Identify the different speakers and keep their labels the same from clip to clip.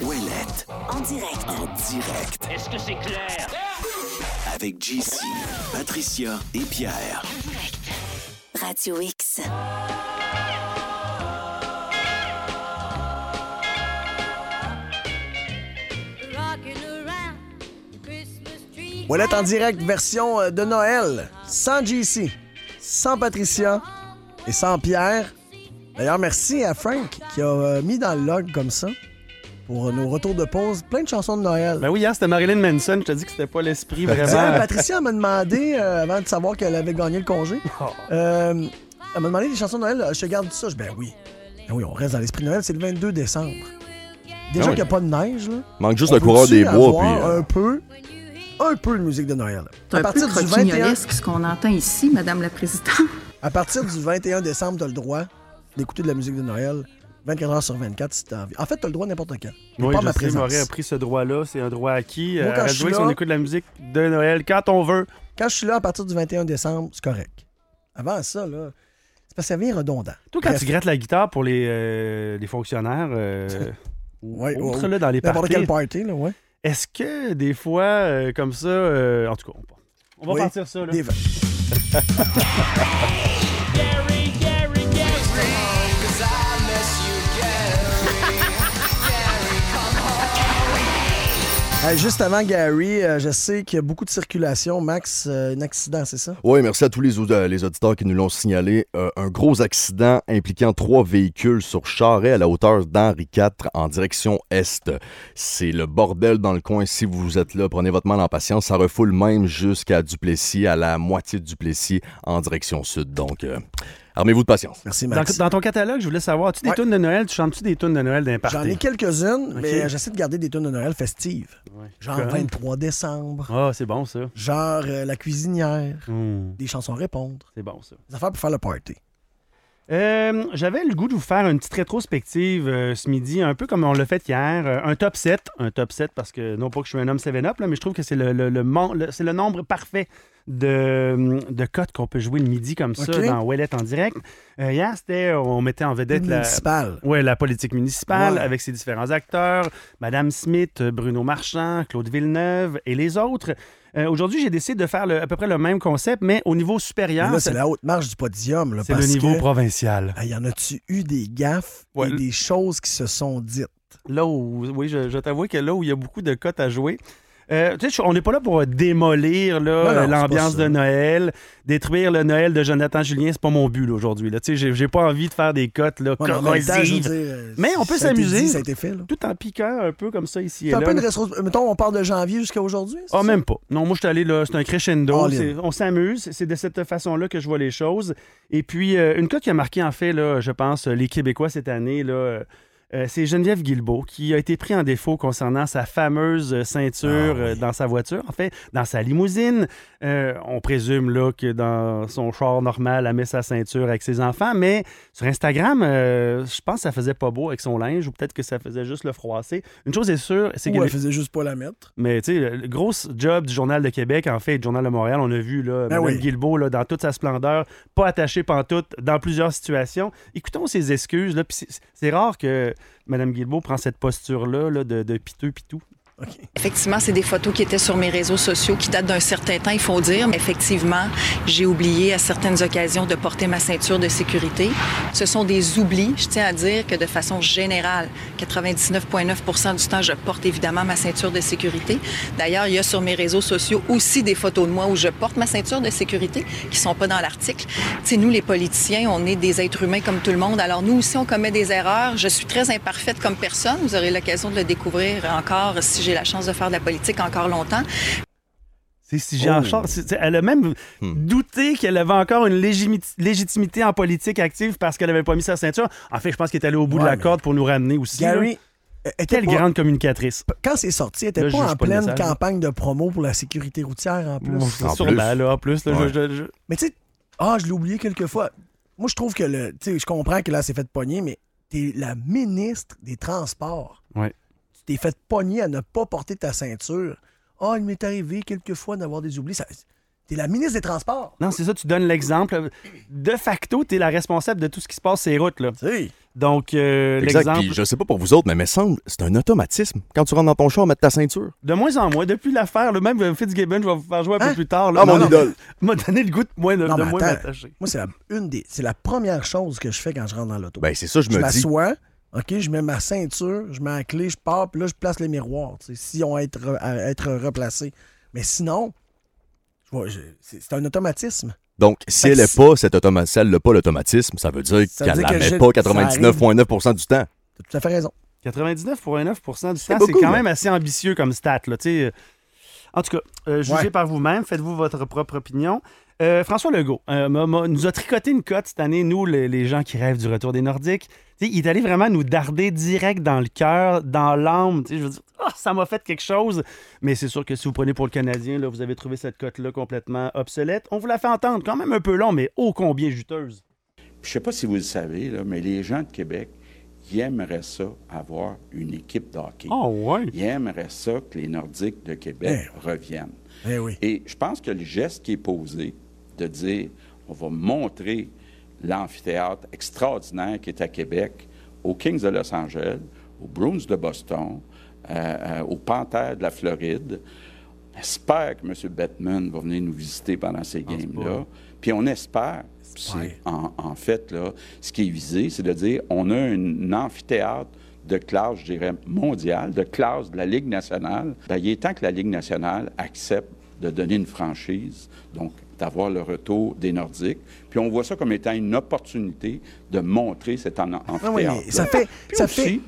Speaker 1: Roulette.
Speaker 2: En direct,
Speaker 1: En direct
Speaker 3: Est-ce que c'est clair?
Speaker 1: avec JC, Patricia et Pierre.
Speaker 2: Radio X.
Speaker 4: Rocking around the Christmas tree.
Speaker 5: Voilà, en direct, version euh, de Noël, sans JC, sans Patricia et sans Pierre. D'ailleurs, merci à Frank qui a euh, mis dans le log comme ça pour nos retours de pause, plein de chansons de Noël.
Speaker 6: Ben oui, hier, c'était Marilyn Manson. Je te dis que c'était pas l'esprit
Speaker 5: Tiens,
Speaker 6: vraiment.
Speaker 5: Patricia m'a demandé, euh, avant de savoir qu'elle avait gagné le congé,
Speaker 7: Oh.
Speaker 5: euh, elle m'a demandé des chansons de Noël. Je te garde ça. Je dis, ben oui. Ben oui, on reste dans l'esprit de Noël. C'est le 22 décembre. Déjà
Speaker 7: Ah oui.
Speaker 5: qu'il n'y a pas de neige, là.
Speaker 7: Manque juste
Speaker 5: on
Speaker 7: le coureur
Speaker 5: peut-tu
Speaker 7: des bois,
Speaker 5: avoir
Speaker 7: puis. euh,
Speaker 5: Un peu, un peu de musique de Noël.
Speaker 8: C'est un peu croquignolesque ce qu'on entend ici, Madame la Présidente.
Speaker 5: À partir du 21 décembre, tu as le droit d'écouter de la musique de Noël 24 heures sur 24 si tu envie. En fait, tu as le droit n'importe quand.
Speaker 6: Oui,
Speaker 5: pas
Speaker 6: je
Speaker 5: ma
Speaker 6: sais, Maurice a
Speaker 5: présence.
Speaker 6: pris ce droit-là. C'est un droit acquis.
Speaker 5: Moi,
Speaker 6: Euh,
Speaker 5: quand
Speaker 6: à
Speaker 5: je suis
Speaker 6: jouer, si
Speaker 5: là-
Speaker 6: on écoute de la musique de Noël quand on veut.
Speaker 5: Quand je suis là à partir du 21 décembre, c'est correct. Avant ça, là, c'est parce que ça vient redondant.
Speaker 6: Toi, quand
Speaker 5: Bref.
Speaker 6: tu grattes la guitare pour les, euh, les fonctionnaires, euh,
Speaker 5: Ouais, ouais,
Speaker 6: autres,
Speaker 5: ouais.
Speaker 6: là, dans les
Speaker 5: N'importe
Speaker 6: parties,
Speaker 5: quel party, là, ouais.
Speaker 6: est-ce que des fois, euh, comme ça, euh, en tout cas, on part. On va
Speaker 5: Oui.
Speaker 6: partir ça, là.
Speaker 5: Des- Hey, juste avant Gary, euh, je sais qu'il y a beaucoup de circulation. Max, euh, un accident, c'est ça?
Speaker 7: Oui, merci à tous les, aud- les auditeurs qui nous l'ont signalé. Euh, un gros accident impliquant trois véhicules sur Charret à la hauteur d'Henri IV en direction est. C'est le bordel dans le coin. Si vous êtes là, prenez votre mal en patience. Ça refoule même jusqu'à Duplessis, à la moitié de Duplessis en direction sud. Donc, euh, armez-vous de patience.
Speaker 5: Merci,
Speaker 6: Dans,
Speaker 5: Max.
Speaker 6: dans ton catalogue, je voulais savoir, tu des
Speaker 5: Ouais.
Speaker 6: tunes de Noël, tu chantes-tu des tunes de Noël d'un
Speaker 5: J'en
Speaker 6: party?
Speaker 5: ai quelques-unes, mais
Speaker 6: Ok.
Speaker 5: j'essaie de garder des tunes de Noël festives.
Speaker 6: Ouais.
Speaker 5: Genre
Speaker 6: Comme-
Speaker 5: 23 décembre,
Speaker 6: Ah, c'est bon, ça.
Speaker 5: genre euh, La cuisinière,
Speaker 6: Hmm,
Speaker 5: des chansons à répondre,
Speaker 6: c'est bon, ça.
Speaker 5: des affaires pour faire le party.
Speaker 6: Euh, J'avais le goût de vous faire une petite rétrospective euh, ce midi, un peu comme on l'a fait hier. euh, un top 7. Un top 7 parce que, non pas que je suis un homme 7-up, là, mais je trouve que c'est le, le, le mon- le- c'est le nombre parfait de, de cotes qu'on peut jouer le midi comme ça
Speaker 5: Ok.
Speaker 6: dans Ouellet en direct. Euh, hier, c'était, euh, on mettait en vedette la,
Speaker 5: Municipal.
Speaker 6: ouais, la politique municipale
Speaker 5: Ouais.
Speaker 6: avec ses différents acteurs, Madame Smith, euh, Bruno Marchand, Claude Villeneuve et les autres. Euh, Aujourd'hui, j'ai décidé de faire le- à peu près le même concept, mais au niveau supérieur.
Speaker 5: Mais Là,
Speaker 6: c'est-
Speaker 5: c'est la haute marche du podium. Là,
Speaker 6: c'est le
Speaker 5: parce
Speaker 6: niveau
Speaker 5: que,
Speaker 6: provincial.
Speaker 5: ah, y en a-tu eu des gaffes
Speaker 6: Ouais,
Speaker 5: et
Speaker 6: le-
Speaker 5: des choses qui se sont dites?
Speaker 6: Là où, oui, je, je t'avoue que là où il y a beaucoup de cotes à jouer. euh, tu sais, on n'est pas là pour démolir là,
Speaker 5: Non, non,
Speaker 6: euh,
Speaker 5: c'est pas
Speaker 6: l'ambiance
Speaker 5: ça.
Speaker 6: de Noël, détruire le Noël de Jonathan Julien, c'est pas mon but là, aujourd'hui. là. Tu sais, J'ai j'ai pas envie de faire des cotes là,
Speaker 5: Ouais, mais en même temps, je veux
Speaker 6: corrosives.
Speaker 5: dire, euh,
Speaker 6: Mais on peut
Speaker 5: ça a été
Speaker 6: s'amuser.
Speaker 5: dit, Ça a été fait. là.
Speaker 6: tout en piquant un peu comme ça ici et
Speaker 5: C'est
Speaker 6: là.
Speaker 5: un peu une
Speaker 6: là.
Speaker 5: rétro- Mettons, on part de janvier jusqu'à aujourd'hui. c'est
Speaker 6: Ah,
Speaker 5: ça?
Speaker 6: même pas. Non, moi, je suis allé là, c'est un crescendo.
Speaker 5: All in.
Speaker 6: c'est- On s'amuse. C'est de cette façon-là que je vois les choses. Et puis, euh, une cote qui a marqué, en fait, là, je pense, euh, les Québécois cette année, là, euh, euh, c'est Geneviève Guilbeault qui a été pris en défaut concernant sa fameuse ceinture
Speaker 5: Ah,
Speaker 6: euh, dans sa voiture, en fait, dans sa limousine. Euh, on présume là, que dans son char normal, elle met sa ceinture avec ses enfants, mais sur Instagram, euh, je pense que ça faisait pas beau avec son linge ou peut-être que ça faisait juste le froisser. Une chose est sûre, c'est
Speaker 5: Ou
Speaker 6: qu'elle
Speaker 5: elle
Speaker 6: est-
Speaker 5: faisait juste pas la mettre.
Speaker 6: mais tu sais, le- le gros job du Journal de Québec, en fait, du Journal de Montréal, on a vu là,
Speaker 5: Ben
Speaker 6: Mme
Speaker 5: oui.
Speaker 6: Guilbeault là, dans toute sa splendeur, pas attachée pantoute, dans plusieurs situations. Écoutons ses excuses. Là, puis c'est- c'est rare que Mme Guilbeault prend cette posture-là là, de, de piteux pitou.
Speaker 5: OK.
Speaker 8: Effectivement, c'est des photos qui étaient sur mes réseaux sociaux qui datent d'un certain temps, il faut dire. Effectivement, j'ai oublié à certaines occasions de porter ma ceinture de sécurité. Ce sont des oublis. Je tiens à dire que de façon générale, 99,9 du temps, je porte évidemment ma ceinture de sécurité. D'ailleurs, il y a sur mes réseaux sociaux aussi des photos de moi où je porte ma ceinture de sécurité qui sont pas dans l'article. Tu sais, nous, les politiciens, on est des êtres humains comme tout le monde. Alors, nous aussi, on commet des erreurs. Je suis très imparfaite comme personne. Vous aurez l'occasion de le découvrir encore si j'ai la chance de faire de la politique encore longtemps.
Speaker 6: C'est si j'ai en
Speaker 5: Oh.
Speaker 6: charge. C'est- c'est- Elle a même
Speaker 7: Hmm.
Speaker 6: douté qu'elle avait encore une légimiti- légitimité en politique active parce qu'elle n'avait pas mis sa ceinture. En fait, je pense qu'elle est allée au bout
Speaker 5: Ouais,
Speaker 6: de la
Speaker 5: mais-
Speaker 6: corde pour nous ramener aussi. là.
Speaker 5: Gary, elle était
Speaker 6: quelle
Speaker 5: pas-
Speaker 6: grande communicatrice.
Speaker 5: Quand c'est sorti, elle était
Speaker 6: Là, je
Speaker 5: pas en
Speaker 6: juge pas le
Speaker 5: pleine
Speaker 6: message.
Speaker 5: campagne de promo pour la sécurité routière en plus.
Speaker 7: En
Speaker 6: Sûrement,
Speaker 7: plus.
Speaker 6: là, en plus. là, je-
Speaker 7: Ouais.
Speaker 6: je- je-
Speaker 5: Mais tu sais, ah, je l'ai oublié quelquefois. Moi, je trouve que le. Tu sais, je comprends que là, c'est fait pogner, mais t'es la ministre des Transports.
Speaker 6: Ouais.
Speaker 5: Tu t'es fait pogner à ne pas porter ta ceinture. Ah, il m'est arrivé quelquefois d'avoir des oublis. Ça- T'es la ministre des Transports.
Speaker 6: Non, c'est ça, tu donnes l'exemple. De facto, tu es la responsable de tout ce qui se passe sur les routes. Là.
Speaker 5: Tu sais,
Speaker 6: Donc, euh,
Speaker 7: Exact.
Speaker 6: l'exemple.
Speaker 7: Puis je sais pas pour vous autres, mais me semble, c'est un automatisme. Quand tu rentres dans ton char, mettre ta ceinture.
Speaker 6: De moins en moins, depuis l'affaire, le même euh, Fitzgibbon, je vais vous faire jouer un
Speaker 5: Hein?
Speaker 6: peu plus tard. Là,
Speaker 7: Ah, mon
Speaker 6: Non, non,
Speaker 7: idole.
Speaker 6: m'a donné le goût de moins, de,
Speaker 5: Non,
Speaker 6: de
Speaker 5: mais
Speaker 6: moins
Speaker 5: attends.
Speaker 6: m'attacher.
Speaker 5: moi, c'est la, une des, c'est la première chose que je fais quand je rentre dans l'auto.
Speaker 7: Ben, c'est ça, je
Speaker 5: je
Speaker 7: me dis.
Speaker 5: m'assois, OK, je mets ma ceinture, je mets la clé, je pars, puis là, je place les miroirs, tu sais, si on être, à être replacés. Mais sinon, je vois, je- c'est c'est un automatisme.
Speaker 7: Donc, si
Speaker 5: Fait
Speaker 7: elle
Speaker 5: que
Speaker 7: est
Speaker 5: si-
Speaker 7: pas, cette automa- si elle l'a pas l'automatisme, ça veut dire
Speaker 5: Ça veut
Speaker 7: qu'elle
Speaker 5: dire
Speaker 7: la
Speaker 5: que
Speaker 7: met
Speaker 5: j'ai-
Speaker 7: pas
Speaker 5: ça arrive.
Speaker 7: 99,9 du temps.
Speaker 5: T'as tout à fait raison.
Speaker 6: 99,9 du
Speaker 7: C'est
Speaker 6: temps, c'est
Speaker 7: beaucoup,
Speaker 6: quand
Speaker 7: là.
Speaker 6: même assez ambitieux comme stat. Là, tu sais. euh, en tout cas, euh, jugez
Speaker 5: Ouais.
Speaker 6: par vous-même, faites-vous votre propre opinion. Euh, François Legault euh, m'a- m'a- nous a tricoté une cote cette année, nous, les, les gens qui rêvent du retour des Nordiques. Tu sais, il est allé vraiment nous darder direct dans le cœur, dans l'âme. Tu sais, Je veux dire, Ah, ça m'a fait quelque chose. Mais c'est sûr que si vous prenez pour le Canadien, là, vous avez trouvé cette cote-là complètement obsolète. On vous la fait entendre, quand même un peu long, mais ô combien juteuse.
Speaker 3: Puis Je ne sais pas si vous le savez, là, mais les gens de Québec, ils aimeraient ça avoir une équipe d'hockey.
Speaker 6: Oh, ouais.
Speaker 3: Ils aimeraient ça que les Nordiques de Québec reviennent.
Speaker 5: Eh oui.
Speaker 3: Et je pense que le geste qui est posé de dire on va montrer l'amphithéâtre extraordinaire qui est à Québec, aux Kings de Los Angeles, aux Bruins de Boston, euh, euh, aux Panthers de la Floride. J'espère que M. Bettman va venir nous visiter pendant ces games-là. Puis on espère, c'est en, en fait, là, ce qui est visé, c'est de dire on a un, un amphithéâtre de classe, je dirais, mondiale, de classe de la Ligue nationale. Ben, il est temps que la Ligue nationale accepte de donner une franchise, donc d'avoir le retour des Nordiques. Puis on voit ça comme étant une opportunité de montrer cet en
Speaker 5: Ah oui,
Speaker 3: amphithéâtre.
Speaker 5: mais ça fait. Ça fait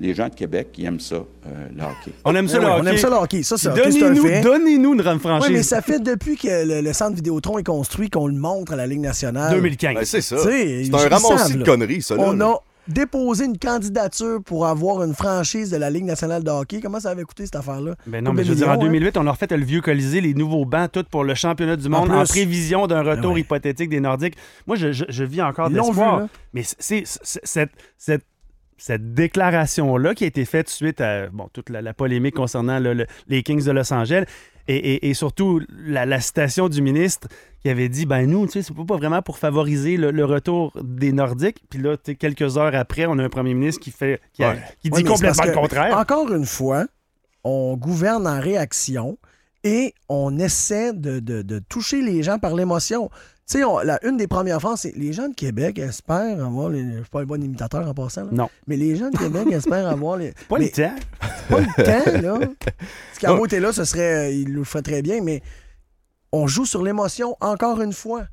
Speaker 3: les gens de Québec qui aiment ça, euh, le hockey.
Speaker 6: On aime ça,
Speaker 5: Eh
Speaker 6: le
Speaker 5: oui, on
Speaker 6: hockey.
Speaker 5: aime ça, le hockey. Ça, c'est- ok, c'est un
Speaker 6: Donnez-nous
Speaker 5: fait.
Speaker 6: donnez-nous une run franchise.
Speaker 5: Oui, mais ça fait depuis que le, le centre Vidéotron est construit qu'on le montre à la Ligue nationale.
Speaker 6: 2015.
Speaker 7: Ben, c'est ça.
Speaker 5: Tu sais,
Speaker 7: C'est
Speaker 5: ils
Speaker 7: un ramassis
Speaker 5: savent,
Speaker 7: de
Speaker 5: là. Oh,
Speaker 7: conneries, ça. là,
Speaker 5: On
Speaker 7: là.
Speaker 5: a déposé une candidature pour avoir une franchise de la Ligue nationale de hockey. Comment ça avait coûté cette affaire-là?
Speaker 6: Ben non,
Speaker 5: Couple
Speaker 6: mais
Speaker 5: de
Speaker 6: je veux dire, en
Speaker 5: millions, hein?
Speaker 6: 2008, on a refait le vieux Colisée, les nouveaux bancs, tout pour le championnat du monde, en,
Speaker 5: plus.
Speaker 6: prévision d'un retour
Speaker 5: Ben ouais.
Speaker 6: hypothétique des Nordiques. Moi, je, je- je vis encore de
Speaker 5: Ils l'ont vu,
Speaker 6: l'espoir.
Speaker 5: là.
Speaker 6: Mais c'est c'est- c'est- cette, cette, cette déclaration-là qui a été faite suite à bon, toute la, la polémique concernant le- le- les Kings de Los Angeles et, et- et surtout la, la citation du ministre qui avait dit ben nous, tu sais, c'est pas- pas vraiment pour favoriser le, le retour des Nordiques. Puis là, tu sais, quelques heures après, on a un premier ministre qui, fait, qui, a-
Speaker 7: Ouais.
Speaker 6: qui dit
Speaker 5: Ouais, mais c'est
Speaker 6: complètement
Speaker 5: parce
Speaker 6: le
Speaker 5: que, Ah,
Speaker 6: contraire.
Speaker 5: Encore une fois, on gouverne en réaction et on essaie de, de- de toucher les gens par l'émotion. Tu sais, on- la- une des premières phrases, c'est les gens de Québec espèrent avoir. les- je suis pas un bon imitateur en passant. là.
Speaker 6: Non.
Speaker 5: Mais les gens de Québec espèrent avoir. Les,
Speaker 6: Pas
Speaker 5: mais
Speaker 6: le temps.
Speaker 5: pas le temps, là. Ce
Speaker 6: Oh.
Speaker 5: qu'à était là, ce serait, euh, il le ferait très bien, mais on joue sur l'émotion encore une fois.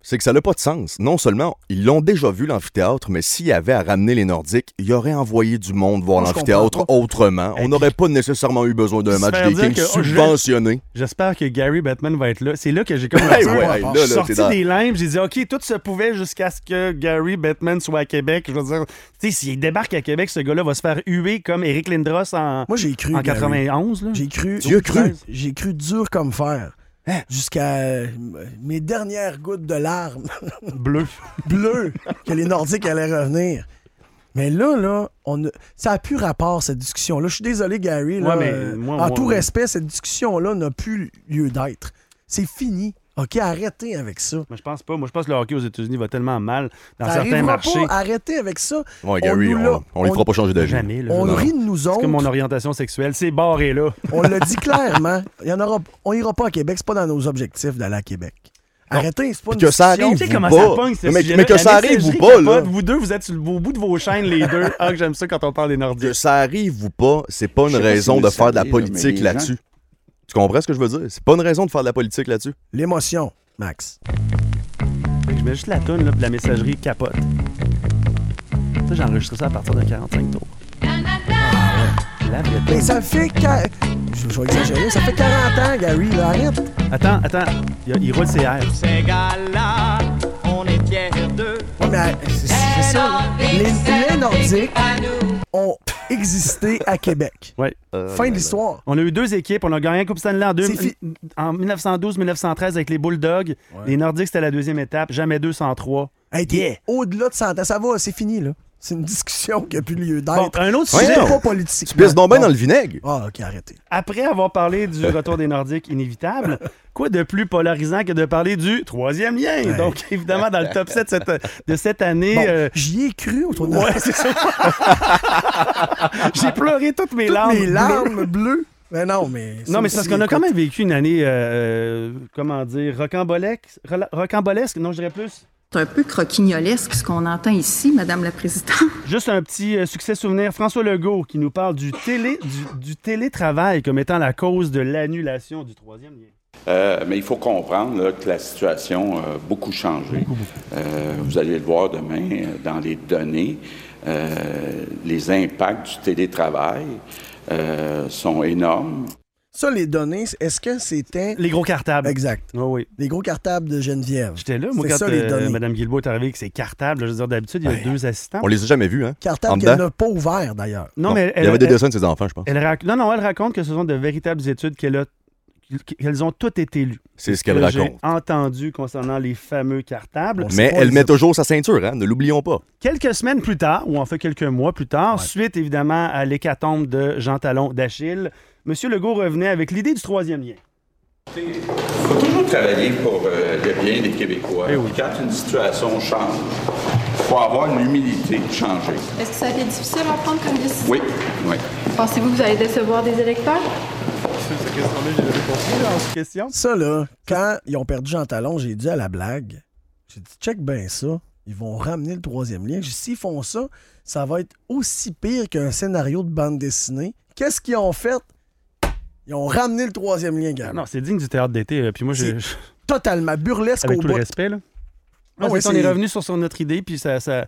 Speaker 7: c'est que ça n'a pas de sens. Non seulement ils l'ont déjà vu l'amphithéâtre, mais s'il y avait à ramener les Nordiques, il aurait envoyé du monde voir
Speaker 5: Moi, je
Speaker 7: l'amphithéâtre
Speaker 5: comprends
Speaker 7: autrement.
Speaker 6: Et
Speaker 7: On n'aurait pas nécessairement eu besoin d'un
Speaker 6: se
Speaker 7: match
Speaker 6: faire
Speaker 7: des
Speaker 6: dire
Speaker 7: Kings
Speaker 6: que, oh, je-
Speaker 7: subventionné.
Speaker 6: J'espère que Gary Batman va être là. C'est là que j'ai comme
Speaker 7: Hey,
Speaker 6: l'impression-
Speaker 7: ouais,
Speaker 5: ouais,
Speaker 7: hey,
Speaker 5: bon,
Speaker 6: Je
Speaker 7: là, là,
Speaker 6: suis
Speaker 7: t'es
Speaker 6: sorti
Speaker 7: dans-
Speaker 6: des limbes, j'ai dit OK, tout se pouvait jusqu'à ce que Gary Batman soit à Québec. Je veux dire, tu sais, s'il débarque à Québec, ce gars-là va se faire huer comme Eric Lindros en,
Speaker 5: Moi, j'ai cru.
Speaker 6: en
Speaker 5: Gary.
Speaker 6: 91. là.
Speaker 5: J'ai cru.
Speaker 7: Tu y as cru?
Speaker 5: J'ai cru dur comme fer.
Speaker 6: Hein?
Speaker 5: Jusqu'à euh, mes dernières gouttes de larmes
Speaker 6: Bleu.
Speaker 5: bleues que les Nordiques allaient revenir. Mais là, là, on a- ça n'a plus rapport, cette discussion-là. Je suis désolé, Gary. là,
Speaker 6: Ouais, mais
Speaker 5: euh,
Speaker 6: moi,
Speaker 5: en
Speaker 6: moi,
Speaker 5: tout
Speaker 6: moi-
Speaker 5: respect, cette discussion-là n'a plus lieu d'être. C'est fini. OK, arrêtez avec ça.
Speaker 6: Moi, je pense pas. Moi, je pense que le hockey aux États-Unis va tellement mal dans
Speaker 5: Ça
Speaker 6: certains
Speaker 5: arrivera pas.
Speaker 6: marchés.
Speaker 5: Arrêtez avec ça.
Speaker 7: Ouais, Gary,
Speaker 5: nous l'a-
Speaker 7: on, on les fera pas changer d'avis.
Speaker 6: Jamais. là.
Speaker 5: on
Speaker 6: Non.
Speaker 5: rit de nous
Speaker 6: C'est
Speaker 5: autres.
Speaker 6: comme mon orientation sexuelle. C'est barré, là.
Speaker 5: On le dit clairement. Il y en aura, on ira pas à Québec. C'est pas dans nos objectifs d'aller à Québec. Arrêtez, c'est pas
Speaker 7: Puis
Speaker 5: une
Speaker 7: que ça
Speaker 5: discussion.
Speaker 6: Tu
Speaker 7: arrive.
Speaker 6: sais
Speaker 7: Vous
Speaker 6: comment
Speaker 7: pas.
Speaker 6: ça pogne, ce
Speaker 7: Mais- mais
Speaker 6: sujet-là?
Speaker 7: que
Speaker 6: La
Speaker 7: ça arrive ou
Speaker 6: messagerie
Speaker 7: pas, là.
Speaker 6: capote. Vous deux, vous êtes sur le- au bout de vos chaînes, les deux. Ah, que j'aime ça quand on parle des
Speaker 7: Que
Speaker 6: Nordiques.
Speaker 7: ça arrive ou pas, c'est pas
Speaker 3: Je
Speaker 7: une
Speaker 3: sais pas si
Speaker 7: raison
Speaker 3: vous
Speaker 7: de
Speaker 3: le
Speaker 7: faire de la
Speaker 3: savez, là, mais
Speaker 7: politique
Speaker 3: les
Speaker 7: là-dessus. Tu comprends ce que je veux dire? C'est pas une raison de faire de la politique là-dessus.
Speaker 5: L'émotion, Max.
Speaker 6: Je mets juste la toune, là, puis la messagerie capote. Ça, j'ai enregistré ça à partir de 45 tours. Ah, La vraie
Speaker 5: Mais
Speaker 6: toune.
Speaker 5: ça fait. qua- Je, je vais exagérer. Ça fait 40 ans, Gary. là, arrête.
Speaker 6: Attends, attends. Il, y a- il roule ses airs.
Speaker 9: Ces gars-là, on est fiers d'eux.
Speaker 5: Ouais, mais, euh, c'est- c'est ça, là. Les, les Nordiques ont existé à Québec.
Speaker 6: Ouais.
Speaker 7: Oh
Speaker 5: Fin de l'histoire.
Speaker 6: On a eu deux équipes. On a gagné la Coupe Stanley en, deux-
Speaker 5: C'est fi-
Speaker 6: en 1912-1913 avec les Bulldogs. Les Nordiques, c'était la deuxième étape. Jamais deux sans trois.
Speaker 5: Hey, t'es au-delà de 100 ans. Ça va, c'est fini, là. C'est une discussion qui a plus lieu
Speaker 6: Bon,
Speaker 5: d'être.
Speaker 6: un autre
Speaker 7: Ouais,
Speaker 5: C'est
Speaker 6: sujet.
Speaker 7: non.
Speaker 5: pas politique.
Speaker 7: Tu pisses donc bien dans le vinaigre.
Speaker 5: Ah, ok, arrêtez.
Speaker 6: Après avoir parlé du retour des Nordiques inévitable, quoi de plus polarisant que de parler du troisième lien? Donc, évidemment, dans le top 7 cette- de cette année,
Speaker 5: Bon,
Speaker 6: euh,
Speaker 5: J'y ai cru au tournoi.
Speaker 6: ouais, c'est ça. J'ai pleuré toutes mes larmes.
Speaker 5: Toutes mes larmes bleues. Mais non, mais.
Speaker 6: Non, mais c'est parce
Speaker 5: aussi
Speaker 6: qu'on a
Speaker 5: les
Speaker 6: quand
Speaker 5: côtés.
Speaker 6: même vécu une année, euh, comment dire, rocambolesque, rela- rocambolesque, non, je dirais plus.
Speaker 8: C'est un peu croquignolesque ce qu'on entend ici, Madame la Présidente.
Speaker 6: Juste un petit euh, succès souvenir. François Legault qui nous parle du, télé, du, du télétravail comme étant la cause de l'annulation du troisième lien.
Speaker 3: Euh, mais il faut comprendre là, que la situation a beaucoup changé. Euh, vous allez le voir demain euh, dans les données. euh, les impacts du télétravail euh, sont énormes.
Speaker 5: Ça, les données, est-ce que c'était.
Speaker 6: Les gros cartables.
Speaker 5: Exact.
Speaker 6: Ah oui.
Speaker 5: Les gros cartables de Geneviève.
Speaker 6: J'étais là, moi,
Speaker 5: C'est
Speaker 6: quand
Speaker 5: ça, les
Speaker 6: euh,
Speaker 5: données.
Speaker 6: Mme Guilbeault est arrivée avec ses cartables. là, Je veux dire, d'habitude, il y a deux assistants.
Speaker 7: On les a jamais vus, hein? En
Speaker 5: Cartable
Speaker 7: dedans?
Speaker 5: qu'elle n'a pas ouvert, d'ailleurs.
Speaker 6: Non,
Speaker 7: Non.
Speaker 6: mais elle,
Speaker 7: Il y avait des
Speaker 6: elle-
Speaker 7: dessins de ses enfants, je pense.
Speaker 6: elle rac- non, non, elle raconte que ce sont de véritables études qu'elle a- qu'elles ont toutes été lues.
Speaker 7: C'est ce qu'elle
Speaker 6: Que j'ai
Speaker 7: raconte.
Speaker 6: entendu concernant les fameux cartables.
Speaker 5: On sait
Speaker 7: Mais
Speaker 5: pas
Speaker 7: elle
Speaker 5: les
Speaker 7: met
Speaker 5: autres.
Speaker 7: toujours sa ceinture, hein? Ne l'oublions pas.
Speaker 6: Quelques semaines plus tard, ou en fait quelques mois plus tard, suite évidemment à l'hécatombe de Jean Talon d'Achille, M. Legault revenait avec l'idée du troisième lien.
Speaker 3: Il faut toujours travailler pour euh, le bien des Québécois.
Speaker 6: Eh oui.
Speaker 3: Quand une situation change, il faut avoir l'humilité de changer.
Speaker 10: Est-ce que ça a été difficile à prendre comme décision?
Speaker 3: Oui, oui.
Speaker 10: Pensez-vous que vous allez décevoir des électeurs?
Speaker 6: Question?
Speaker 5: Ça, là, quand ils ont perdu Jean Talon, j'ai dit à la blague, j'ai dit, check bien ça, ils vont ramener le troisième lien. J'ai dit, S'ils font ça, ça va être aussi pire qu'un scénario de bande dessinée. Qu'est-ce qu'ils ont fait? Ils ont ramené le troisième lien, gars.
Speaker 6: euh, Non, c'est digne du théâtre d'été. euh, Puis moi, j'ai-
Speaker 5: Totalement burlesque
Speaker 6: avec
Speaker 5: au
Speaker 6: tout le
Speaker 5: bout.
Speaker 6: respect, là.
Speaker 5: Ah
Speaker 6: Non,
Speaker 5: ouais,
Speaker 6: c'est- on est
Speaker 5: c'est-
Speaker 6: revenu sur, sur notre idée, puis ça, ça,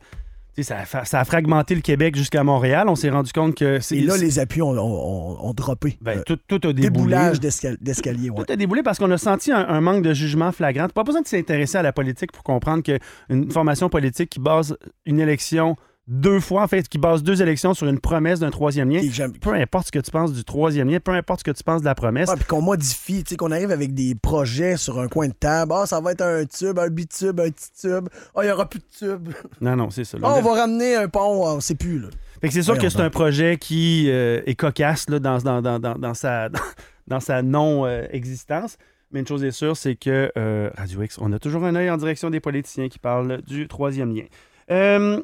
Speaker 6: tu sais, ça, a fa- ça a fragmenté le Québec jusqu'à Montréal. On s'est rendu compte que c'est.
Speaker 5: Et là, les appuis ont, ont- ont- ont droppé.
Speaker 6: ben,
Speaker 5: Euh,
Speaker 6: tout, tout a déboulé.
Speaker 5: déboulage d'escal- d'escalier, ouais.
Speaker 6: Tout a déboulé parce qu'on a senti un, un manque de jugement flagrant. Pas besoin de s'intéresser à la politique pour comprendre qu'une formation politique qui base une élection deux fois, en fait, qui base deux élections sur une promesse d'un troisième lien,
Speaker 5: Et j'aime-
Speaker 6: peu importe ce que tu penses du troisième lien, peu importe ce que tu penses de la promesse,
Speaker 5: Ah, puis qu'on modifie, tu sais, qu'on arrive avec des projets sur un coin de table. Ah, ça va être un tube, un bitube, un petit tube. Ah, il n'y aura plus de tube.
Speaker 6: non, non, c'est ça. là.
Speaker 5: Ah, on va ramener un pont, ah, on sait plus, là.
Speaker 6: Fait que c'est sûr
Speaker 5: Voyons
Speaker 6: que c'est
Speaker 5: donc.
Speaker 6: un projet qui euh, est cocasse là, dans, dans, dans, dans, dans sa, dans sa non-existence. Mais une chose est sûre, c'est que euh, Radio X, on a toujours un œil en direction des politiciens qui parlent du troisième lien. Euh,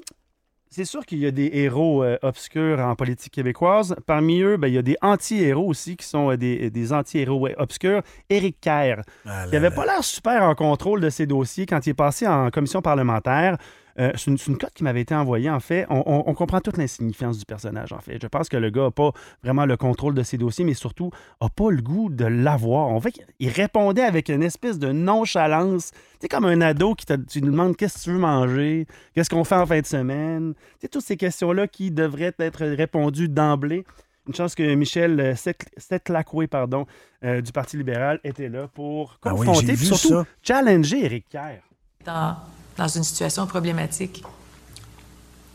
Speaker 6: c'est sûr qu'il y a des héros euh, obscurs en politique québécoise. Parmi eux, ben, il y a des anti-héros aussi qui sont euh, des, des anti-héros ouais, obscurs. Éric Kerr,
Speaker 5: Ah, là,
Speaker 6: il n'avait
Speaker 5: là.
Speaker 6: pas l'air super en contrôle de ses dossiers quand il est passé en commission parlementaire. Euh, c'est une, c'est une cote qui m'avait été envoyée, en fait. On, on- on comprend toute l'insignifiance du personnage, en fait. Je pense que le gars n'a pas vraiment le contrôle de ses dossiers, mais surtout n'a pas le goût de l'avoir. On fait qu'il répondait avec une espèce de nonchalance. Tu sais, comme un ado qui te tu lui demandes qu'est-ce que tu veux manger, qu'est-ce qu'on fait en fin de semaine. Tu sais, toutes ces questions-là qui devraient être répondues d'emblée. Une chance que Michel euh, Sec- Seclacoué, pardon, euh, du Parti libéral était là pour
Speaker 5: Ah oui,
Speaker 6: confronter,
Speaker 5: j'ai
Speaker 6: puis
Speaker 5: vu
Speaker 6: surtout
Speaker 5: ça.
Speaker 6: challenger Éric Kerr.
Speaker 11: dans, dans une situation problématique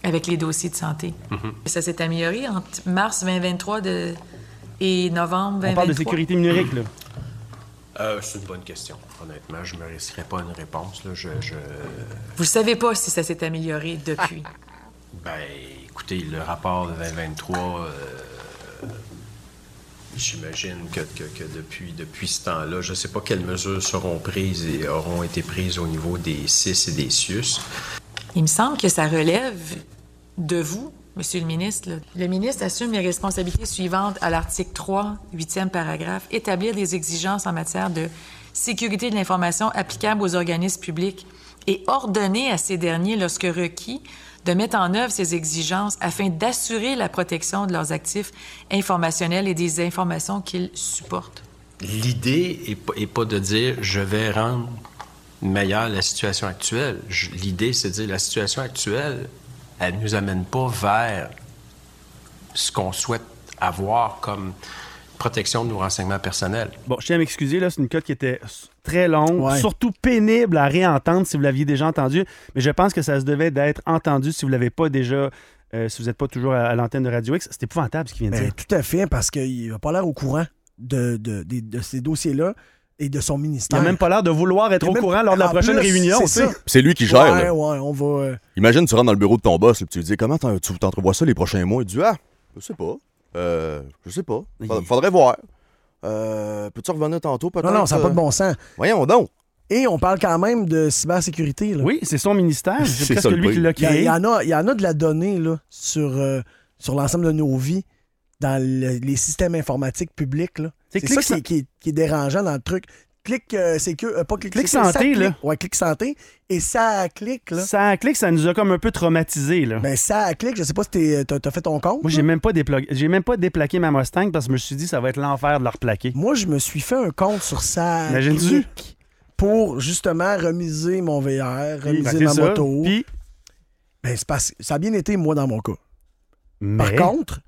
Speaker 11: avec les dossiers de santé.
Speaker 6: Mhm.
Speaker 11: Ça s'est amélioré entre mars 2023 de- et novembre 2023.
Speaker 6: On parle de sécurité numérique, là.
Speaker 12: Ah, c'est une bonne question. Honnêtement, je ne me risquerais pas à une réponse. Là. Je, je-
Speaker 11: Vous ne savez pas si ça s'est amélioré depuis.
Speaker 6: Ah.
Speaker 12: Ben, écoutez, le rapport de 2023, euh, j'imagine que, que- que depuis, depuis ce temps-là, je ne sais pas quelles mesures seront prises et oh, auront été prises au niveau des CIS et des SUS.
Speaker 11: Il me semble que ça relève de vous, Monsieur le ministre. là. Le ministre assume les responsabilités suivantes à l'article 3, 8e paragraphe, établir des exigences en matière de sécurité de l'information applicable aux organismes publics et ordonner à ces derniers, lorsque requis, de mettre en œuvre ces exigences afin d'assurer la protection de leurs actifs informationnels et des informations qu'ils supportent.
Speaker 12: L'idée n'est pas, est pas de dire je vais rendre meilleure la situation actuelle. Je- L'idée, c'est de dire la situation actuelle, elle ne nous amène pas vers ce qu'on souhaite avoir comme protection de nos renseignements personnels.
Speaker 6: Bon, je tiens à m'excuser, là, c'est une cote qui était s- très longue,
Speaker 5: Ouais.
Speaker 6: surtout pénible à réentendre si vous l'aviez déjà entendu, mais je pense que ça se devait d'être entendu si vous l'avez pas déjà, euh, si vous n'êtes pas toujours à, à l'antenne de Radio X. C'est épouvantable ce qu'il vient de
Speaker 5: Ben,
Speaker 6: dire.
Speaker 5: tout à fait, parce qu'il n'a pas l'air au courant de, de- des- de ces dossiers-là. et de son
Speaker 6: Il
Speaker 5: ministère.
Speaker 6: n'a même pas l'air de vouloir être
Speaker 5: Il a
Speaker 6: au
Speaker 5: même-
Speaker 6: courant lors de la
Speaker 5: en
Speaker 6: prochaine
Speaker 5: plus,
Speaker 6: réunion.
Speaker 5: c'est
Speaker 6: tu sais.
Speaker 5: ça.
Speaker 7: C'est lui qui gère,
Speaker 5: Ouais,
Speaker 7: là.
Speaker 5: ouais, on va. euh,
Speaker 7: Imagine, tu rentres dans le bureau de ton boss et tu lui dis Comment t'en- tu t'entrevois ça les prochains mois Il dit Ah, je sais pas. Euh, je sais pas. Faudrait, faudrait voir. Euh, Peux-tu revenir tantôt, peut-être Euh,
Speaker 5: Non, non, ça n'a pas de bon sens.
Speaker 7: Voyons donc.
Speaker 5: Et on parle quand même de cybersécurité. Là.
Speaker 6: Oui, c'est son ministère. C'est
Speaker 7: C'est
Speaker 6: presque
Speaker 7: ça, le
Speaker 6: lui qui
Speaker 7: prix.
Speaker 6: l'a
Speaker 5: Il y, a- il
Speaker 6: créé.
Speaker 5: y en a, il y en a de la donnée là, sur, euh, sur l'ensemble de nos vies, dans le- les systèmes informatiques publics. là.
Speaker 6: C'est
Speaker 5: C'est ça
Speaker 6: clic
Speaker 5: qui, est-
Speaker 6: san-
Speaker 5: qui est, qui est dérangeant dans le truc. Clic euh, sécu- euh, pas clic,
Speaker 6: Clic
Speaker 5: sécu, ça
Speaker 6: santé,
Speaker 5: clique.
Speaker 6: là.
Speaker 5: Ouais, clic santé. Et ça clique, là.
Speaker 6: Ça clique, ça nous a comme un peu traumatisés. Là.
Speaker 5: Ben, ça clique. Je sais pas si t'es- euh, t'as t'as fait ton compte.
Speaker 6: Ah.
Speaker 5: là.
Speaker 6: Moi, j'ai même pas dépla- j'ai même pas déplaqué ma Mustang parce que je me suis dit ça va être l'enfer de la replaquer.
Speaker 5: Moi, je me suis fait un compte sur ça
Speaker 6: Imagines-tu?
Speaker 5: clique pour justement remiser mon VR,
Speaker 6: Puis,
Speaker 5: remiser
Speaker 6: Ben, c'est
Speaker 5: ma
Speaker 6: ça.
Speaker 5: moto.
Speaker 6: Puis,
Speaker 5: Ben, c'est parce- ça a bien été, moi, dans mon cas. Par
Speaker 6: mais-
Speaker 5: contre,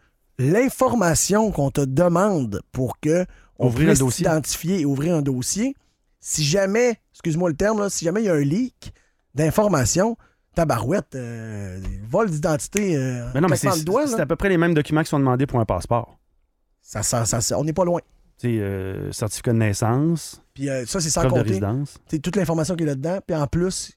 Speaker 5: l'information qu'on te demande pour que on
Speaker 6: Ouvrir le
Speaker 5: puisse
Speaker 6: dossier.
Speaker 5: identifier et ouvrir un dossier, si jamais, excuse-moi le terme, là, si jamais il y a un leak d'information, tabarouette, euh, vol d'identité, euh,
Speaker 6: mais Ben non, mais c'est,
Speaker 5: claquement de doigts,
Speaker 6: c'est
Speaker 5: là,
Speaker 6: à peu près les mêmes documents qui sont demandés pour un passeport.
Speaker 5: ça, ça- ça- ça- on n'est pas loin.
Speaker 6: Tu sais, euh, certificat de naissance,
Speaker 5: Puis euh, ça, c'est sans
Speaker 6: preuve de
Speaker 5: compter
Speaker 6: résidence.
Speaker 5: t'sais, toute l'information qui est là-dedans. Puis en plus,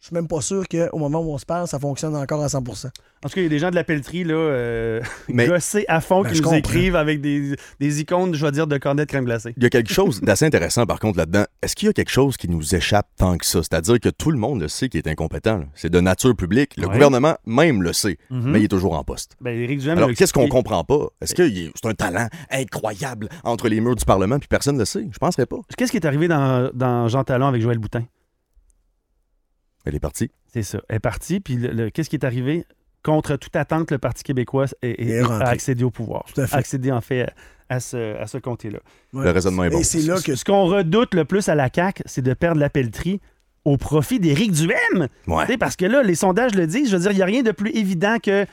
Speaker 5: je suis même pas sûr qu'au moment où on se parle, ça fonctionne encore à 100%.
Speaker 6: En tout cas, il y a des gens de la pelleterie, là, euh,
Speaker 7: Mais-
Speaker 6: gossés à fond,
Speaker 5: Ben,
Speaker 6: qui
Speaker 5: je
Speaker 6: nous
Speaker 5: comprends.
Speaker 6: écrivent avec des, des icônes, je vais dire, de cornets de crème glacée.
Speaker 7: Il y a quelque chose d'assez intéressant, par contre, là-dedans. Est-ce qu'il y a quelque chose qui nous échappe tant que ça? C'est-à-dire que tout le monde le sait qu'il est incompétent. là. C'est de nature publique. Le
Speaker 6: Ouais.
Speaker 7: gouvernement même le sait,
Speaker 6: Mhm.
Speaker 5: Hmm.
Speaker 7: mais il est toujours en poste.
Speaker 6: Ben, Éric Duhem
Speaker 7: Alors,
Speaker 6: l'a
Speaker 7: qu'est-ce qu'on
Speaker 6: expliqué.
Speaker 7: comprend pas? Est-ce que il est- c'est un talent incroyable entre les murs du Parlement puis personne ne le sait? Je penserais pas.
Speaker 6: Qu'est-ce qui est arrivé dans, dans Jean Talon avec Joël Boutin?
Speaker 7: Elle est partie.
Speaker 6: C'est ça. Elle est partie, puis le- le- qu'est-ce qui est arrivé? Contre toute attente, le Parti québécois est- est-
Speaker 5: Il est rentré.
Speaker 6: a accédé au pouvoir.
Speaker 5: Tout à fait.
Speaker 6: A accédé, en fait, à ce, à ce comté-là.
Speaker 5: Ouais.
Speaker 7: Le raisonnement est bon.
Speaker 5: Et c'est là que
Speaker 6: Ce qu'on redoute le plus à la CAQ, c'est de perdre la pelleterie au profit d'Éric Duhem.
Speaker 7: Ouais.
Speaker 6: Tu sais, Parce que là, les sondages le disent. Je veux dire, il n'y a rien de plus évident que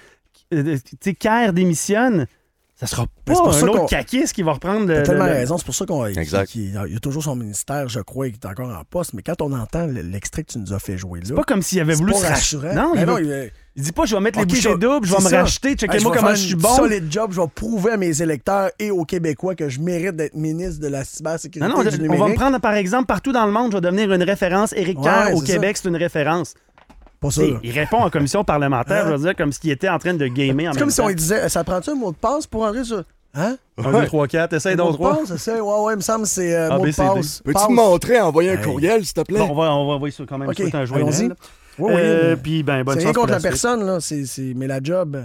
Speaker 6: euh, tu sais, Kerr démissionne. Ça sera pas
Speaker 5: c'est pour ça
Speaker 6: un
Speaker 5: qu'on-
Speaker 6: autre caquiste qui va reprendre le.
Speaker 5: T'as tellement
Speaker 6: le- le-
Speaker 5: raison, c'est pour ça qu'on
Speaker 7: Exact.
Speaker 5: qu'il- il y a toujours son ministère, je crois, qui est encore en poste, mais quand on entend le- l'extrait que tu nous as fait jouer là,
Speaker 6: C'est pas comme s'il avait
Speaker 5: c'est
Speaker 6: voulu
Speaker 5: pas
Speaker 6: se racheter.
Speaker 5: rassurant.
Speaker 6: Non,
Speaker 5: Ben
Speaker 6: il,
Speaker 5: non,
Speaker 6: veut-
Speaker 5: il est-
Speaker 6: il dit pas je vais mettre les
Speaker 5: Ok,
Speaker 6: bouchées
Speaker 5: je-
Speaker 6: doubles, je vais
Speaker 5: c'est
Speaker 6: me
Speaker 5: ça.
Speaker 6: racheter,
Speaker 5: Hey,
Speaker 6: checkez-moi
Speaker 5: vais
Speaker 6: comment
Speaker 5: faire
Speaker 6: je suis
Speaker 5: une
Speaker 6: bon.
Speaker 5: solide job, je vais prouver à mes électeurs et aux Québécois que je mérite d'être ministre de la cybersécurité
Speaker 6: Non, non,
Speaker 5: et du
Speaker 6: je- on
Speaker 5: numérique.
Speaker 6: va me prendre par exemple partout dans le monde, je vais devenir une référence. Éric
Speaker 5: Ouais,
Speaker 6: Kerr au
Speaker 5: c'est ça.
Speaker 6: Québec, c'est une référence.
Speaker 5: Pas ça,
Speaker 6: Tu sais,
Speaker 5: là.
Speaker 6: Il répond en commission parlementaire, je veux dire, comme s'il était en train de gamer en
Speaker 5: C'est
Speaker 6: même
Speaker 5: comme si on
Speaker 6: temps.
Speaker 5: lui disait, ça prend-tu un mot de passe pour entrer sur... Hein?
Speaker 6: 1, 2, 3, 4, essaye
Speaker 5: Un
Speaker 6: donc
Speaker 5: mot de
Speaker 6: 3.
Speaker 5: passe, c'est ça? Ouais, ouais, il me semble que c'est euh,
Speaker 6: A,
Speaker 5: mot
Speaker 6: B,
Speaker 5: de
Speaker 6: C, D.
Speaker 5: passe. Passe.
Speaker 7: envoyer
Speaker 5: un courriel,
Speaker 7: s'il te plaît?
Speaker 6: Bon, on va, on va envoyer ça quand même.
Speaker 5: Ok,
Speaker 6: souhaiter un joyeux
Speaker 5: allons-y.
Speaker 6: Noël.
Speaker 5: Oui, oui,
Speaker 6: Euh,
Speaker 5: mais-
Speaker 6: Puis, ben, bonne
Speaker 5: C'est
Speaker 6: chance
Speaker 5: rien
Speaker 6: pour
Speaker 5: contre la
Speaker 6: suite.
Speaker 5: personne, là. c'est- c'est- Mais la job... euh,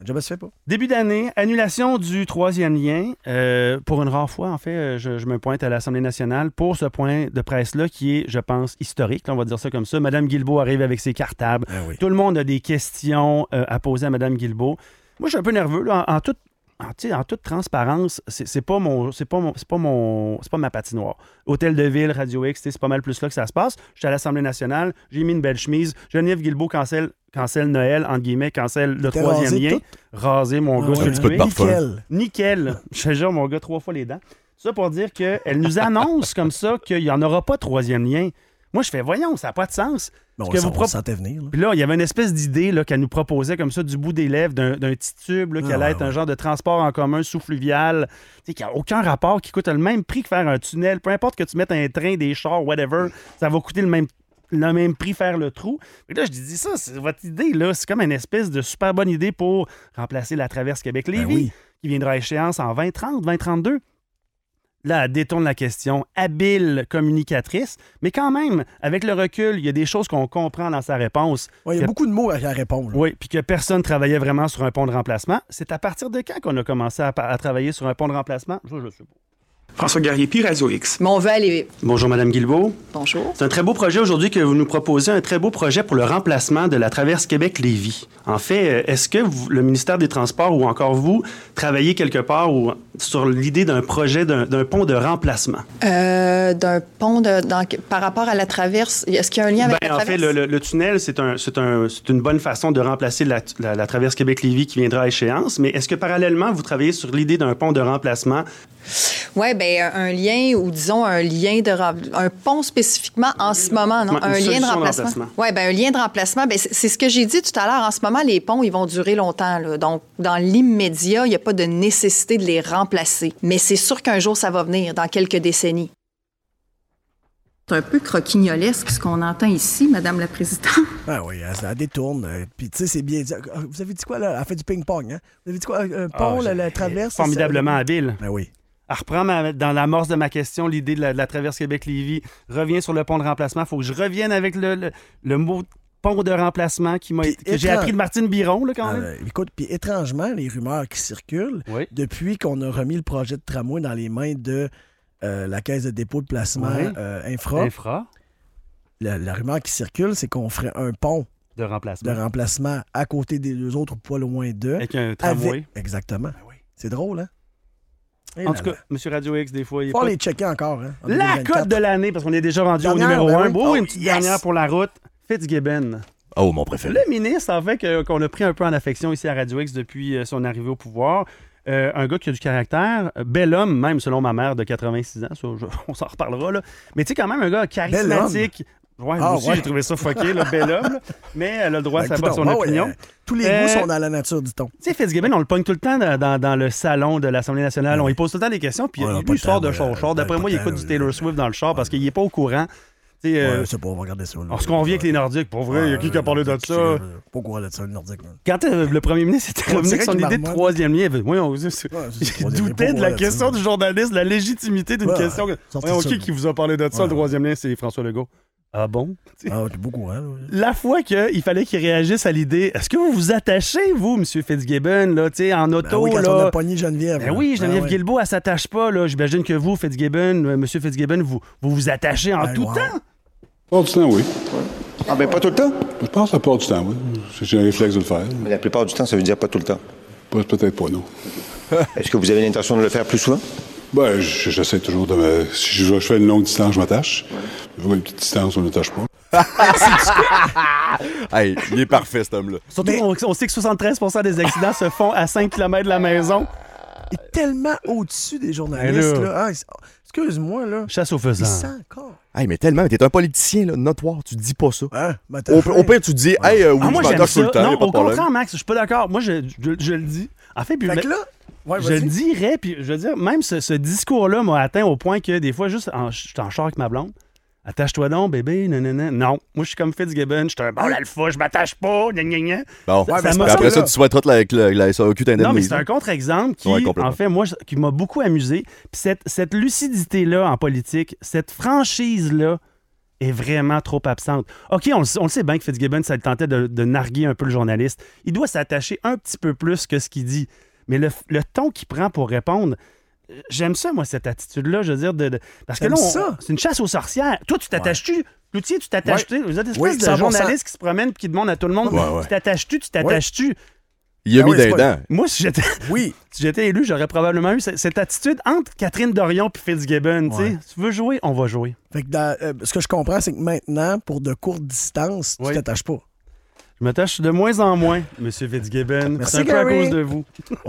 Speaker 5: La job, elle se fait pas.
Speaker 6: Début d'année, annulation du troisième lien. Euh, pour une rare fois, en fait, euh, je, je me pointe à l'Assemblée nationale pour ce point de presse-là qui est, je pense, historique. là, on va dire ça comme ça. Madame Guilbeault arrive avec ses cartables.
Speaker 5: Ah oui.
Speaker 6: Tout le monde a des questions euh, à poser à Madame Guilbeault. Moi, je suis un peu nerveux. là, en, en toute, en, tu sais, en toute transparence, c'est c'est pas mon, c'est pas mon- c'est pas mon, c'est pas ma patinoire. Hôtel de ville, Radio X, tu sais, c'est pas mal plus là que ça se passe. J'étais à l'Assemblée nationale, j'ai mis une belle chemise. Geneviève Guilbeault cancelle, cancelle Noël, entre guillemets, cancelle le
Speaker 5: T'es
Speaker 6: troisième
Speaker 5: rasé
Speaker 6: lien.
Speaker 5: toute?
Speaker 6: Rasé, mon
Speaker 5: Ah
Speaker 6: gars,
Speaker 5: ouais.
Speaker 6: sur
Speaker 5: Un
Speaker 6: le
Speaker 7: petit peu de
Speaker 6: nez.
Speaker 7: parfum.
Speaker 5: Nickel.
Speaker 6: Nickel. Je te jure, mon gars, trois fois les dents. Ça pour dire qu'elle nous annonce comme ça qu'il n'y en aura pas de troisième lien. Moi, je fais, voyons, ça n'a pas de sens.
Speaker 5: Bon,
Speaker 6: Ce
Speaker 5: on
Speaker 6: que
Speaker 5: le sent-
Speaker 6: vous
Speaker 5: on
Speaker 6: prop-
Speaker 5: le sentait venir, là.
Speaker 6: Puis là, il y avait une espèce d'idée là, qu'elle nous proposait comme ça du bout des lèvres d'un, d'un petit tube là, qui
Speaker 5: Ah,
Speaker 6: allait
Speaker 5: ouais,
Speaker 6: être un
Speaker 5: ouais.
Speaker 6: genre de transport en commun sous-fluvial, tu sais, qui n'a aucun rapport, qui coûte le même prix que faire un tunnel. Peu importe que tu mettes un train, des chars, whatever, ça va coûter le même, le même prix faire le trou. Mais là, je dis ça, c'est votre idée, là. C'est comme une espèce de super bonne idée pour remplacer la traverse Québec-Lévis,
Speaker 5: Ben oui.
Speaker 6: qui viendra à échéance en 2030, 2032. Là, elle détourne la question, habile communicatrice, mais quand même, avec le recul, il y a des choses qu'on comprend dans sa réponse.
Speaker 5: Ouais, il y a
Speaker 6: Que-
Speaker 5: beaucoup de mots à, à répondre. là.
Speaker 6: Oui, puis que personne travaillait vraiment sur un pont de remplacement. C'est à partir de quand qu'on a commencé à, pa- à travailler sur un pont de remplacement? Ça, je le sais pas.
Speaker 13: François Guerrier-Pi, Radio X.
Speaker 8: Mais on veut aller.
Speaker 6: Bonjour, Madame Guilbeault.
Speaker 8: Bonjour.
Speaker 6: C'est un très beau projet aujourd'hui que vous nous proposez, un très beau projet pour le remplacement de la traverse Québec-Lévis. En fait, euh, est-ce que vous- le ministère des Transports ou encore vous travaillez quelque part ou sur l'idée d'un projet d'un d'un pont de remplacement?
Speaker 8: Euh, D'un pont de, dans- par rapport à la traverse, est-ce qu'il y a un lien avec
Speaker 6: Ben,
Speaker 8: la
Speaker 6: en
Speaker 8: traverse?
Speaker 6: fait, le, le- le tunnel, c'est un- c'est un- c'est une bonne façon de remplacer la, la- la traverse Québec-Lévis qui viendra à échéance. Mais est-ce que parallèlement, vous travaillez sur l'idée d'un pont de remplacement
Speaker 8: Oui, ben un lien ou disons un lien de rem- un pont spécifiquement en ce moment, non
Speaker 13: Ouais, une
Speaker 8: un lien de
Speaker 13: solution de
Speaker 8: remplacement.
Speaker 13: remplacement.
Speaker 8: Oui, ben un lien de remplacement, ben, c'est c'est ce que j'ai dit tout à l'heure. En ce moment, les ponts, ils vont durer longtemps. là. Donc, dans l'immédiat, il n'y a pas de nécessité de les remplacer. Mais c'est sûr qu'un jour, ça va venir, dans quelques décennies. C'est un peu croquignolesque ce qu'on entend ici, Madame la Présidente.
Speaker 5: Ah oui, elle, elle détourne. euh, Puis, tu sais, c'est bien dit. Ah, Vous avez dit quoi, là? Elle fait du ping-pong, hein? Vous avez dit quoi? Un pont,
Speaker 6: Ah,
Speaker 5: la,
Speaker 6: j'ai-
Speaker 5: la traverse? c'est ça?
Speaker 6: Formidablement habile.
Speaker 5: Ben oui.
Speaker 6: Elle reprend ma- dans l'amorce de ma question l'idée de la, de la traverse Québec-Lévis. Reviens sur le pont de remplacement. faut que je revienne avec le, le- le mot pont de remplacement qui m'a que j'ai
Speaker 5: étrange.
Speaker 6: appris de Martine Biron là, quand
Speaker 5: Ah,
Speaker 6: même.
Speaker 5: euh, écoute, puis étrangement, les rumeurs qui circulent, depuis qu'on a remis le projet de tramway dans les mains de euh, la Caisse de dépôt de placement
Speaker 6: Ouais.
Speaker 5: euh, Infra,
Speaker 6: Infra.
Speaker 5: La, la rumeur qui circule, c'est qu'on ferait un pont
Speaker 6: de remplacement.
Speaker 5: de remplacement à côté des deux autres, ou pas loin d'eux.
Speaker 6: Avec un tramway.
Speaker 5: Exactement. C'est drôle, hein? Et
Speaker 6: En
Speaker 5: là
Speaker 6: tout cas,
Speaker 5: là.
Speaker 6: M. Radio X, des fois, il est
Speaker 5: faut
Speaker 6: pas-
Speaker 5: aller checker encore, hein? en
Speaker 6: La
Speaker 5: 2024.
Speaker 6: cote de l'année, parce qu'on est déjà rendu
Speaker 5: Dernière,
Speaker 6: au numéro
Speaker 5: ben
Speaker 6: 1.
Speaker 5: oui.
Speaker 6: Beau,
Speaker 5: Oh,
Speaker 6: une petite
Speaker 5: yes!
Speaker 6: dernière pour la route. Fitzgibbon.
Speaker 7: Oh, mon préféré.
Speaker 6: Le ministre, en fait, que- qu'on a pris un peu en affection ici à Radio X depuis euh, son arrivée au pouvoir. Euh, un gars qui a du caractère, euh, bel homme, même selon ma mère de 86 ans, ça, je- on s'en reparlera. Là. Mais tu sais, quand même, un gars charismatique. Ouais, moi
Speaker 5: Ah,
Speaker 6: aussi,
Speaker 5: ouais.
Speaker 6: j'ai trouvé ça fucké, le bel homme. là. Mais elle a le droit
Speaker 5: Ben,
Speaker 6: à savoir
Speaker 5: écoutons,
Speaker 6: son
Speaker 5: ouais,
Speaker 6: opinion.
Speaker 5: ouais, euh, tous les
Speaker 6: Euh,
Speaker 5: goûts sont dans la nature, dit-on.
Speaker 6: tu sais, Fitzgibbon, on le pogne tout le temps dans, dans- dans le salon de l'Assemblée nationale. On lui pose tout le temps des questions, puis
Speaker 5: Ouais, on a
Speaker 6: lui,
Speaker 5: pas
Speaker 6: il
Speaker 5: le
Speaker 6: sort
Speaker 5: temps,
Speaker 6: de son
Speaker 5: ouais,
Speaker 6: char.
Speaker 5: ouais,
Speaker 6: D'après
Speaker 5: pas
Speaker 6: moi,
Speaker 5: le
Speaker 6: il écoute
Speaker 5: temps,
Speaker 6: du Taylor Swift dans le char parce qu'il n'est pas au courant. Tu sais, euh,
Speaker 5: Ouais, c'est pas, on va regarder ça. là. euh,
Speaker 6: on se convient avec les Nordiques. Pour vrai, il y a qui qui a parlé de ça?
Speaker 5: Pas au courant de ça, le Nordique. là.
Speaker 6: Quand euh, le premier ministre était
Speaker 5: On
Speaker 6: revenu avec
Speaker 5: dirait
Speaker 6: son
Speaker 5: qu'il
Speaker 6: idée de
Speaker 5: marmonne.
Speaker 6: troisième lien, il avait- voyons, c'est- il
Speaker 5: troisième lien,
Speaker 6: doutait de la
Speaker 5: pourquoi, là,
Speaker 6: question
Speaker 5: tu-
Speaker 6: du journaliste, de la légitimité d'une
Speaker 5: Ouais,
Speaker 6: question.
Speaker 5: ouais, sortez
Speaker 6: Voyons,
Speaker 5: ça,
Speaker 6: qui
Speaker 5: là.
Speaker 6: qui vous a parlé de ça,
Speaker 5: Ouais.
Speaker 6: le troisième lien, c'est François Legault. Ah bon?
Speaker 5: Ah, t'es beaucoup, hein? là.
Speaker 6: La fois qu'il fallait qu'il réagisse à l'idée, est-ce que vous vous attachez, vous, M. Fitzgibbon, là, tu sais, en
Speaker 5: Ben
Speaker 6: auto?
Speaker 5: oui, quand
Speaker 6: là?
Speaker 5: on a pogné Geneviève.
Speaker 6: Ben
Speaker 5: là.
Speaker 6: oui, Geneviève
Speaker 5: Ah, ouais.
Speaker 6: Guilbeault, elle s'attache pas. Là. J'imagine que vous, Fitzgibbon, euh, Monsieur Fitzgibbon, vous vous, vous attachez en
Speaker 5: Ben,
Speaker 6: tout
Speaker 5: wow.
Speaker 6: temps.
Speaker 14: plupart du temps, oui. Ah, ben pas tout le temps? Je pense la plupart du temps, oui. C'est- J'ai un réflexe de le faire.
Speaker 15: La plupart du temps, ça veut dire pas tout le temps.
Speaker 14: Pe- Peut-être pas, non.
Speaker 15: Est-ce que vous avez l'intention de le faire plus souvent?
Speaker 14: Ben, je- j'essaie toujours de me. Si je, je fais une longue distance, je m'attache. Je vois une petite distance, on n'attache pas.
Speaker 7: Hey, il est parfait, cet homme-là.
Speaker 6: Surtout qu'on on sait que 73 des accidents se font à 5 km de la maison.
Speaker 5: Il est tellement au-dessus des journalistes.
Speaker 6: Ben là.
Speaker 5: là. Ah, il s- Excuse-moi, là.
Speaker 6: Chasse aux
Speaker 5: Il
Speaker 6: faisans.
Speaker 5: sent encore.
Speaker 7: Hey, mais tellement, t'es un politicien là, notoire, tu dis pas ça.
Speaker 5: Ben, t'as
Speaker 7: Au,
Speaker 5: fait.
Speaker 7: au pire, tu dis, hey, euh, oui,
Speaker 6: Ah, moi,
Speaker 7: je
Speaker 6: j'aime
Speaker 7: m'attache tout
Speaker 6: ça.
Speaker 7: le temps, y
Speaker 6: non,
Speaker 7: a pas de
Speaker 6: au
Speaker 7: problème.
Speaker 6: contraire, Max, je suis pas d'accord. Moi, je, je- je le dis. En fait, puis
Speaker 5: Fait
Speaker 6: je,
Speaker 5: que
Speaker 6: me-
Speaker 5: là, ouais,
Speaker 6: je
Speaker 5: vas-y.
Speaker 6: le dirais, puis je veux dire, même ce, ce discours-là m'a atteint au point que des fois, juste, en, je suis en char avec ma blonde. Attache-toi donc, bébé, nanana. Non, moi, je suis comme Fitzgibbon, je suis un bon alpha, je m'attache pas, gna, gna, gna.
Speaker 7: Bon,
Speaker 6: Ça- ça
Speaker 7: Puis
Speaker 6: m'a-
Speaker 7: après ça, tu souhaiteras la, la, la SAQ t'indemnise.
Speaker 6: Non, mais c'est un contre-exemple qui,
Speaker 7: Ouais, complètement.
Speaker 6: en fait, moi, je- qui m'a beaucoup amusé. Puis cette, cette lucidité-là en politique, cette franchise-là est vraiment trop absente. OK, on le, on le sait bien que Fitzgibbon, ça le tentait de, de narguer un peu le journaliste. Il doit s'attacher un petit peu plus que ce qu'il dit. Mais le, le ton qu'il prend pour répondre, euh, j'aime ça, moi, cette attitude-là, je veux dire, de, de- parce que
Speaker 5: T'aimes
Speaker 6: là, on-
Speaker 5: ça?
Speaker 6: c'est une chasse aux sorcières. Toi, tu t'attaches-tu? Cloutier, tu t'attaches-tu?
Speaker 5: Ouais.
Speaker 6: Vous êtes une espèce
Speaker 5: Oui,
Speaker 6: de
Speaker 5: 100%.
Speaker 6: journaliste qui se promène et qui demande à tout le monde,
Speaker 7: Ouais, ouais.
Speaker 6: tu t'attaches-tu, tu t'attaches-tu?
Speaker 7: Il a
Speaker 6: Ah
Speaker 7: mis
Speaker 6: oui,
Speaker 7: des
Speaker 6: c'est pas-
Speaker 7: dents.
Speaker 6: Moi, si j'étais
Speaker 5: oui.
Speaker 6: si j'étais élu, j'aurais probablement eu ce- cette attitude entre Catherine Dorion et Fitzgibbon. tu sais. Tu veux jouer, on va jouer.
Speaker 5: Fait que dans- euh, ce que je comprends, c'est que maintenant, pour de courtes distances, tu t'attaches pas.
Speaker 6: Je m'attache de moins en moins, M. Fitzgibbon.
Speaker 5: Merci,
Speaker 6: C'est un peu à
Speaker 5: Gary.
Speaker 6: cause de vous.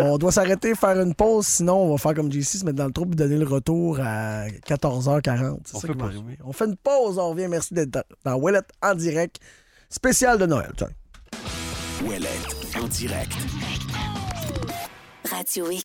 Speaker 5: on doit s'arrêter, faire une pause, sinon on va faire comme JC, se mettre dans le trou et donner le retour à 14h40. C'est
Speaker 6: On
Speaker 5: ça
Speaker 6: fait
Speaker 5: qui va
Speaker 6: pas ça.
Speaker 5: arriver. On fait une pause, on revient. Merci d'être dans- dans Wallet en direct, spécial de Noël. Tiens.
Speaker 1: Ouellette en direct.
Speaker 2: Radio X.